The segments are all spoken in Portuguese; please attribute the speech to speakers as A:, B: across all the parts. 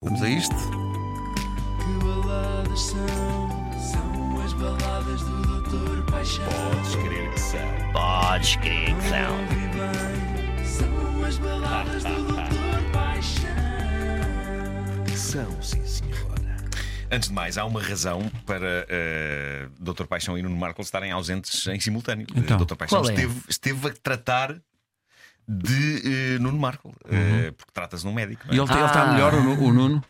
A: Vamos a isto?
B: Que baladas são? São as baladas do Doutor Paixão.
C: Podes crer que são.
D: Podes crer que
B: Não
D: são.
B: ouvi bem. São as baladas do Doutor Paixão.
C: Que são, sim, senhora. Antes de mais, há uma razão para eh, Dr. Paixão e Nuno Marco estarem ausentes em simultâneo.
E: Então,
C: Dr. Paixão
D: qual é?
C: esteve, esteve a tratar de eh, Nuno Marco, eh, porque trata-se de um médico. não é?
E: E ele está
D: Ah.
E: melhor, o, Nu- o Nuno?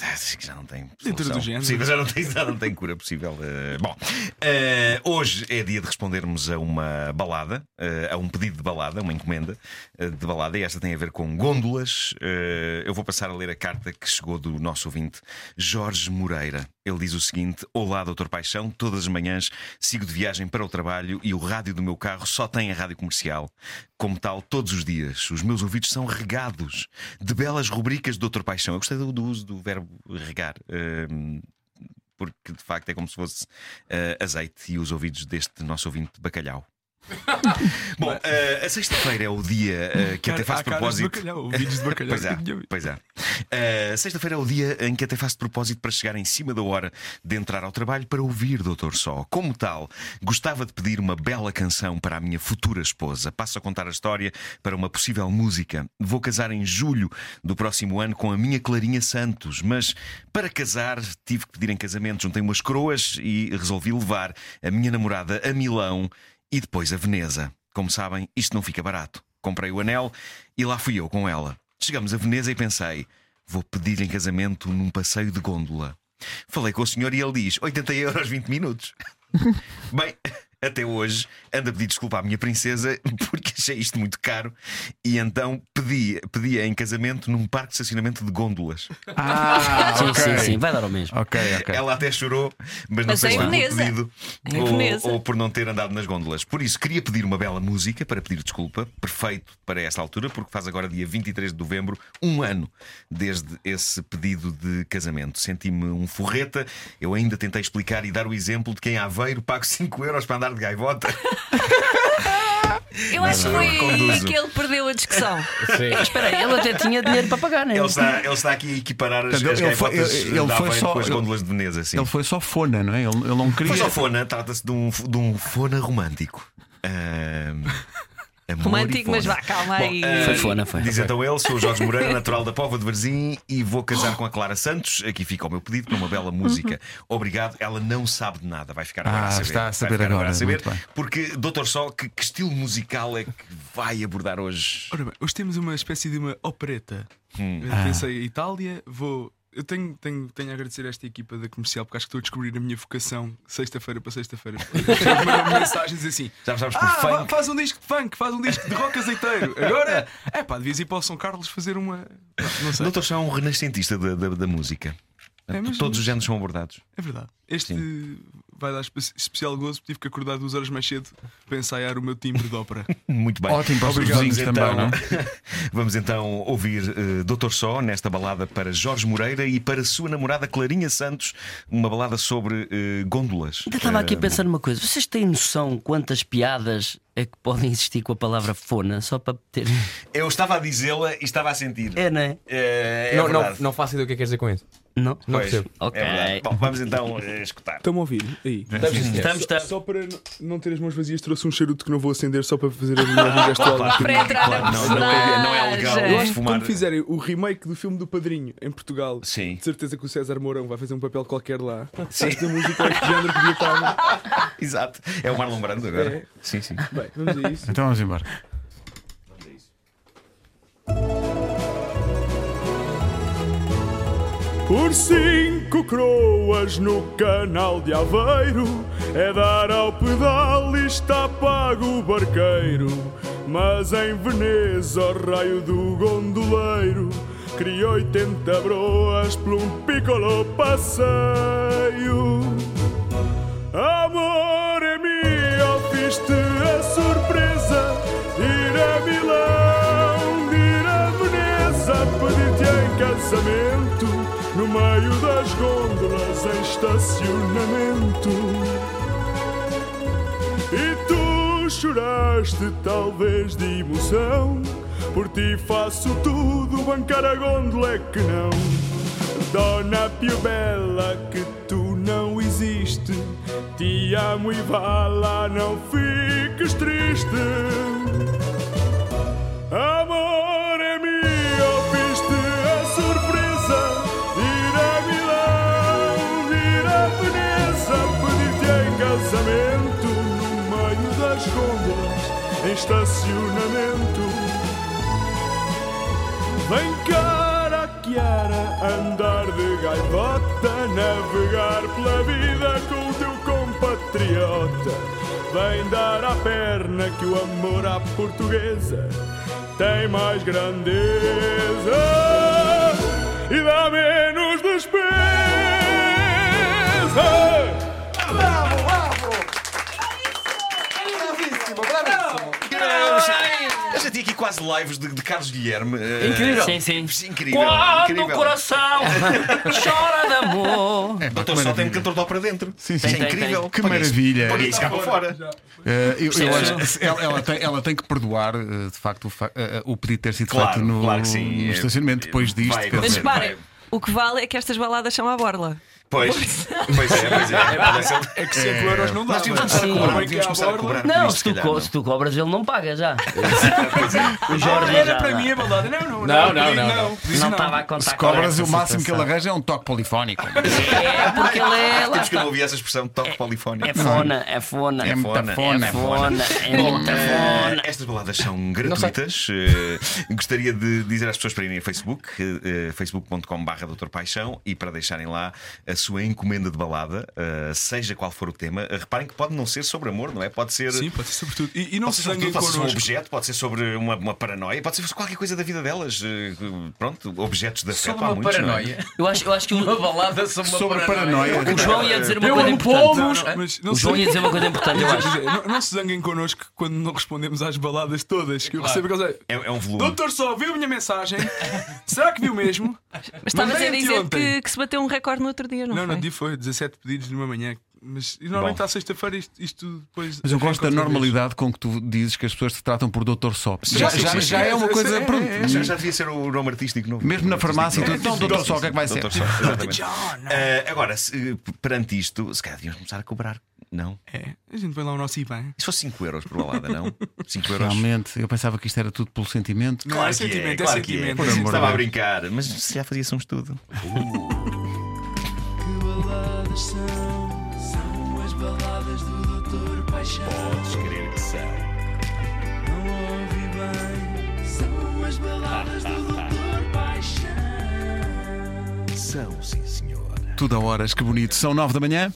C: Acho que já não tem.
F: Dentro
C: solução
F: do género.
C: possível, já, não tem, já não tem cura possível. eh, bom, eh, hoje é dia de respondermos a uma balada, eh, a um pedido de balada, uma encomenda eh, de balada, e esta tem a ver com gôndolas. Eh, eu vou passar a ler a carta que chegou do nosso ouvinte, Jorge Moreira. Ele diz o seguinte: Olá, Doutor Paixão, todas as manhãs sigo de viagem para o trabalho e o rádio do meu carro só tem a rádio comercial. Como tal, todos os dias. Os meus ouvidos são regados de belas rubricas do Doutor Paixão. Eu gostei do, do uso do verbo regar. hum, porque de facto é como se fosse eh, azeite e os ouvidos deste nosso ouvinte de bacalhau. Bom, eh, a sexta-feira é o dia eh, que até
F: Cara,
C: faço
F: há caras de
C: propósito.
F: bacalhau, vídeos de bacalhau
C: pois
F: que
C: é,
F: eu tinha visto.
C: pois é. Eh, sexta-feira é o dia em que até faço de propósito para chegar em cima da hora de entrar ao trabalho para ouvir Doutor Só. Como tal, gostava de pedir uma bela canção para a minha futura esposa. Passo a contar a história para uma possível música. Vou casar em julho do próximo ano com a minha Clarinha Santos, mas para casar tive que pedir em casamento, juntei umas coroas e resolvi levar a minha namorada a Milão e depois a Veneza. Como sabem, isto não fica barato. Comprei o anel e lá fui eu com ela. Chegamos a Veneza e pensei: vou pedir em casamento num passeio de gôndola. Falei com o senhor e ele diz: 80 euros 20 minutos. Bem, até hoje ando a pedir desculpa à minha princesa porque achei isto muito caro e então pedi, pedi em casamento num parque de estacionamento de gôndolas.
E: Ah,
D: Sim, sim, sim. Vai dar ao mesmo.
E: Ok, ok.
C: Ela até chorou, mas não
G: Mas
C: sei
G: em
C: se foi
G: Veneza.
C: pedido
G: Em Veneza.
C: ou, ou por não ter andado nas gôndolas. Por isso, queria pedir uma bela música para pedir desculpa, perfeito para esta altura, porque faz agora dia 23 de novembro, um ano desde esse pedido de casamento. Senti-me um forreta, eu ainda tentei explicar e dar o exemplo de quem em Aveiro pago 5 euros para andar de gaivota.
G: Eu acho que
C: eu
G: foi
C: reconduzo.
G: aí que ele perdeu a discussão.
D: Mas espera aí, ele até tinha dinheiro para pagar, não é?
C: Ele está, ele está aqui a equiparar as,
E: Portanto,
C: as
E: ele foi-
C: gaivotas
E: ele- ele
C: de
E: foi
C: Aveiro
E: só-
C: com as
E: ele-
C: gôndolas de Veneza. Sim.
E: Ele foi só fona, não é? Ele, ele não queria.
C: Pois ao fona, trata-se de um, de um fona romântico. Ahm, amor
G: Romântico,
C: e
G: mas
C: fona.
G: vá, calma
C: Bom,
G: aí.
C: ah,
D: Foi fona, foi.
C: Diz então ele, sou o Jorge Moreira, natural da Póvoa de Varzim e vou casar com a Clara Santos. Aqui fica o meu pedido para uma bela música. Obrigado. Ela não sabe de nada, vai ficar agora
E: Ah,
C: a saber.
E: está a
C: Vai
E: saber
C: ficar
E: agora,
C: a saber.
E: muito bem.
C: Porque, doutor Sol, que, que estilo musical é que vai abordar hoje?
F: Ora bem, hoje temos uma espécie de uma opereta.
C: Hum.
F: Eu pensei
C: Ah.
F: em Itália, vou. Eu tenho, tenho, tenho a agradecer a esta equipa da comercial porque acho que estou a descobrir a minha vocação sexta-feira para sexta-feira. Eles mandam mensagens assim.
C: Já sabes por
F: Ah, fa-
C: funk.
F: faz um disco de funk, faz um disco de rock azeiteiro. Agora, é pá, devias ir para o São Carlos fazer uma. Não sei.
C: Doutor Sol é um renascentista da, da- da música.
F: É mesmo.
C: Todos os géneros são abordados.
F: É verdade. Este vai dar espe- especial gozo porque tive que acordar duas horas mais cedo para ensaiar o meu timbre de ópera.
C: Muito bem.
E: Ótimo para os
C: Obrigado.
E: vizinhos
C: Vamos
E: também, é?
C: Vamos então ouvir eh, Doutor Só nesta balada para Jorge Moreira e para a sua namorada Clarinha Santos, uma balada sobre eh, gôndolas.
D: Ainda estava aqui a pensar numa coisa. Vocês têm noção quantas piadas é que podem existir com a palavra fona só para ter.
C: Eu estava a dizê-la e estava a sentir.
D: É, não é?
C: Eh, é
H: não, não,
C: verdade.
H: não faço ideia do que é que queres dizer com isso.
D: Não?
H: Não
C: Pois,
H: percebo.
D: Ok.
C: é verdade. Bom, vamos então eh, escutar.
F: Estão-me a ouvir? Aí.
D: Estamos, estamos.
F: Só para n- não ter as mãos vazias, trouxe um charuto que não vou acender só para fazer a minha gestual. um
G: Para entrar na
C: Claro, não, não é, não é
F: Eu
C: legal
G: personagem.
F: acho que
C: fumar.
F: quando fizerem o remake do filme do Padrinho em Portugal,
C: Sim.
F: de certeza que o César Mourão vai fazer um papel qualquer lá. Sim. Da música é de género que devia estar.
C: Exato. É o Marlon Brando agora. Sim, sim.
F: Bem, vamos a isso.
E: Então vamos embora.
I: Por cinco croas no canal de Aveiro É dar ao pedal e está pago o barqueiro Mas em Veneza, ao raio do gondoleiro Criou 80 broas por um piccolo passeio Amor é meu, fiz-te a surpresa de Ir a Milão, de ir a Veneza Pedir-te em casamento No meio das gôndolas em estacionamento e tu choraste talvez de emoção
F: Por ti faço tudo, bancar a gôndola é que não. Dona Piubela, que tu não existe. Te amo e vá lá, não fiques triste. Amor é meu, fiz-te a surpresa. Ir a Milão, ir a Veneza, pedir-te em casamento no meio das gôndolas, em estacionamento. Vem cara a Chiara, andar de gaivota, navegar pela vida com o teu compatriota. Vem dar à perna que o amor à portuguesa tem mais grandeza e dá menos despesa.
C: Eu já tinha aqui quase lives de, de Carlos Guilherme. eh,
D: Incrível. Sim, sim.
C: Incrível.
D: Quando o
C: incrível.
D: coração chora de amor.
C: Doutor Sol tem um cantor de lá para dentro.
E: É, Sim, sim.
C: Isso
D: Tem,
C: é
D: tem,
C: incrível.
D: tem.
E: Que
C: Põe isso-
E: maravilha.
C: Põe isso cá para fora.
E: Eh, eu- eu acho que se- ela, ela tem, ela tem que perdoar, eh, de facto, o, fa- eh, o pedido ter sido
C: Claro,
E: feito no,
C: claro que sim. É,
E: no estacionamento. Depois disto,
C: Vai
E: quer
G: Mas
E: dizer,
C: acontecer.
G: reparem, o que vale é que estas baladas são à borla.
C: Pois. Pois é, pois é. Parece-
J: É que 5 euros não dá.
C: Nós tínhamos
J: mas-
C: de começar a
D: Sim.
C: cobrar.
J: Bem que
C: Tínhamos de começar a
J: à
C: cobrar.
J: borda-
C: por
D: Não,
C: isso,
D: se tu,
C: calhar, é?
D: co-
C: não.
D: se tu cobras, ele não paga já. O
J: Ah,
D: Jorge
J: era
D: já
J: para
D: dá.
J: mim a balada. Não, não,
K: Não, não,
J: pedi-
K: não, não.
J: pedi
D: Não
J: não.
D: estava a
E: Se
D: contar com
E: cobras,
D: essa
E: o máximo que ele
D: situação.
E: arranja é um toque polifónico.
D: É,
G: Ah,
D: porque ele é.
C: Temos
D: lá
C: que eu
D: está.
C: não ouvi essa expressão de toque polifónico.
D: É fona, é fona.
E: É muita
C: fona,
E: fona.
D: É fona, é muita
C: Eh,
D: fona.
C: estas baladas são gratuitas. Eh, gostaria de dizer às pessoas para irem ao Facebook, eh, eh, facebook.com.br Doutor Paixão, e para deixarem lá a sua encomenda de balada, eh, seja qual for o tema. Eh, reparem que pode não ser sobre amor, não é? Pode ser.
J: Sim, pode ser sobretudo. E, e não
C: Pode
J: se
C: ser, sobretudo,
J: zanguem
C: pode ser sobre um
J: connosco.
C: objeto, pode ser sobre uma, uma paranoia, pode ser sobre qualquer coisa da vida delas. eh, Pronto, objetos da
K: Sobre uma
C: é?
K: paranoia.
D: Eu acho, eu acho que
K: Uma
D: o,
K: balada sobre uma
E: Sobre
K: paranoia.
E: paranoia.
D: o João ia dizer uma
K: Eu
D: coisa
K: amo
D: importante.
K: povos.
J: Não, mas não
D: O
J: se-
D: João ia dizer uma coisa importante, eu acho.
J: Quer dizer, Não, não se zanguem connosco quando não respondemos às baladas todas que eu recebo. que eles-
C: É, é um volume.
J: Doutor Só, viu a minha mensagem? Será que viu mesmo?
G: Mas estavas a
J: Mandei
G: dizer
J: anteontem.
G: que, que se bateu um recorde no outro dia, é não,
J: Não,
G: foi?
J: não, dia foi 17 pedidos numa manhã. Mas e normalmente
C: Bom.
J: à sexta-feira isto, isto depois.
E: Mas eu gosto da
J: outra vez.
E: normalidade com que tu dizes que as pessoas te tratam por doutor só. Já,
C: sim,
E: já-
C: sim,
E: já
C: sim.
E: é uma coisa.
J: É,
E: pronto.
C: Eh, Já, já devia ser o nome artístico novo.
E: Mesmo na
C: Nome
E: farmácia,
C: artístico
E: tu-
C: novo.
E: então, doutor
C: Sim, sim,
E: Sol, o que é que vai ser?
C: Doutor Sol, exatamente. Eh, agora, se, eh, perante isto, se calhar devíamos começar a cobrar. Não.
J: É, a gente vai lá o nosso IBAN.
C: Isso foi 5 euros por balada, não? 5 euros.
E: Realmente, eu pensava que isto era tudo pelo sentimento.
J: Não, é sentimento, é,
C: claro que
J: sentimento.
C: é.
E: Por amor
C: Estava a
E: de Deus.
C: brincar, mas se já fazia-se um estudo.
L: Que baladas são? São as baladas do Doutor Paixão.
C: Podes crer que são.
L: Não ouvi bem. São as baladas do Doutor Paixão.
C: São, sim, senhor.
E: Tudo a horas, que bonito. São nove da manhã.